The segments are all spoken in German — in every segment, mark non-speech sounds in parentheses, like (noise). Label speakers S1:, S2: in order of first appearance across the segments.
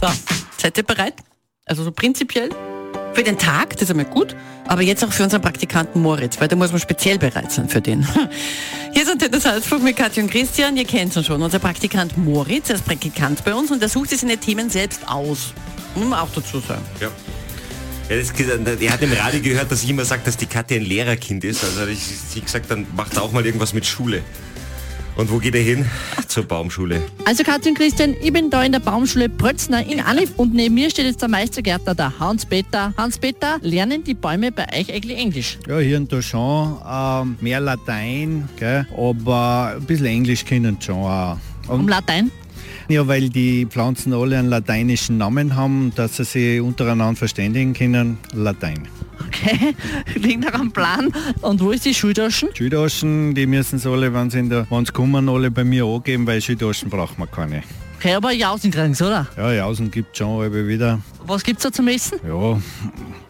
S1: So, seid ihr bereit? Also so prinzipiell für den Tag, das ist einmal gut, aber jetzt auch für unseren Praktikanten Moritz, weil da muss man speziell bereit sein für den. (laughs) Hier sind Tennis Salzburg mit Katja und Christian, ihr kennt ihn schon, unser Praktikant Moritz, er ist Praktikant bei uns und er sucht sich seine Themen selbst aus. Muss man auch dazu sagen.
S2: Ja. Ja, das, äh, er hat im Radio gehört, dass ich immer sage, dass die Katja ein Lehrerkind ist. Also habe ich, ich gesagt, dann macht er auch mal irgendwas mit Schule. Und wo geht er hin? Zur Baumschule.
S3: Also Katja und Christian, ich bin da in der Baumschule Prötzner in Alif und neben mir steht jetzt der Meistergärtner, der Hans-Peter. Hans-Peter, lernen die Bäume bei euch eigentlich Englisch?
S4: Ja, hier und da schon. Ähm, mehr Latein, gell? aber ein bisschen Englisch können schon auch.
S3: Um
S4: Und,
S3: Latein?
S4: ja, weil die Pflanzen alle einen lateinischen Namen haben, dass sie sich untereinander verständigen können. Latein.
S3: Okay, (laughs) klingt nach einem Plan. Und wo ist die Schultaschen?
S4: Schüdaschen, die müssen sie alle, wenn sie in der, wenn's kommen, alle bei mir angeben, weil Schüdaschen braucht man keine.
S3: Okay, aber Jausen kriegst, oder?
S4: Ja, Jausen gibt es schon halbe wieder.
S3: Was gibt's da zum Essen?
S4: Ja,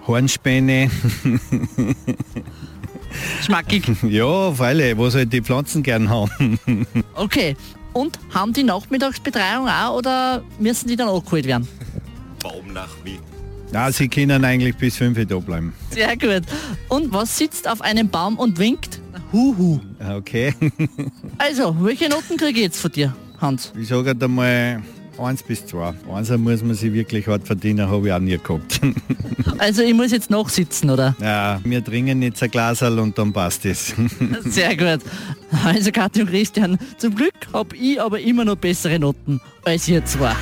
S4: Hornspäne. (laughs)
S3: Schmackig.
S4: ja, Pfeile, was halt die Pflanzen gern haben.
S3: (laughs) Okay. Und haben die Nachmittagsbetreiung auch oder müssen die dann abgeholt werden?
S2: Baum nach wie.
S4: Ja, sie können eigentlich bis 5 Uhr da bleiben.
S3: Sehr gut. Und was sitzt auf einem Baum und winkt? Huhu.
S4: Okay,
S3: Also, welche Noten kriege ich jetzt von dir, Hans?
S4: ich sage halt einmal 1 bis 2. Eins muss man sich wirklich hart verdienen, habe ich auch nie gehabt. (laughs)
S3: Also, ich muss jetzt nachsitzen, oder?
S4: ja, wir trinken jetzt ein Glaserl und dann passt es.
S3: (laughs) Sehr gut. Also, Katja und Christian, zum Glück habe ich aber immer noch bessere Noten als ihr zwei.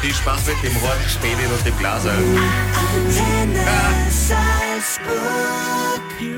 S2: Viel Spaß mit dem Horn, Spänen und dem Glaser.
S5: Antenne Salzburg.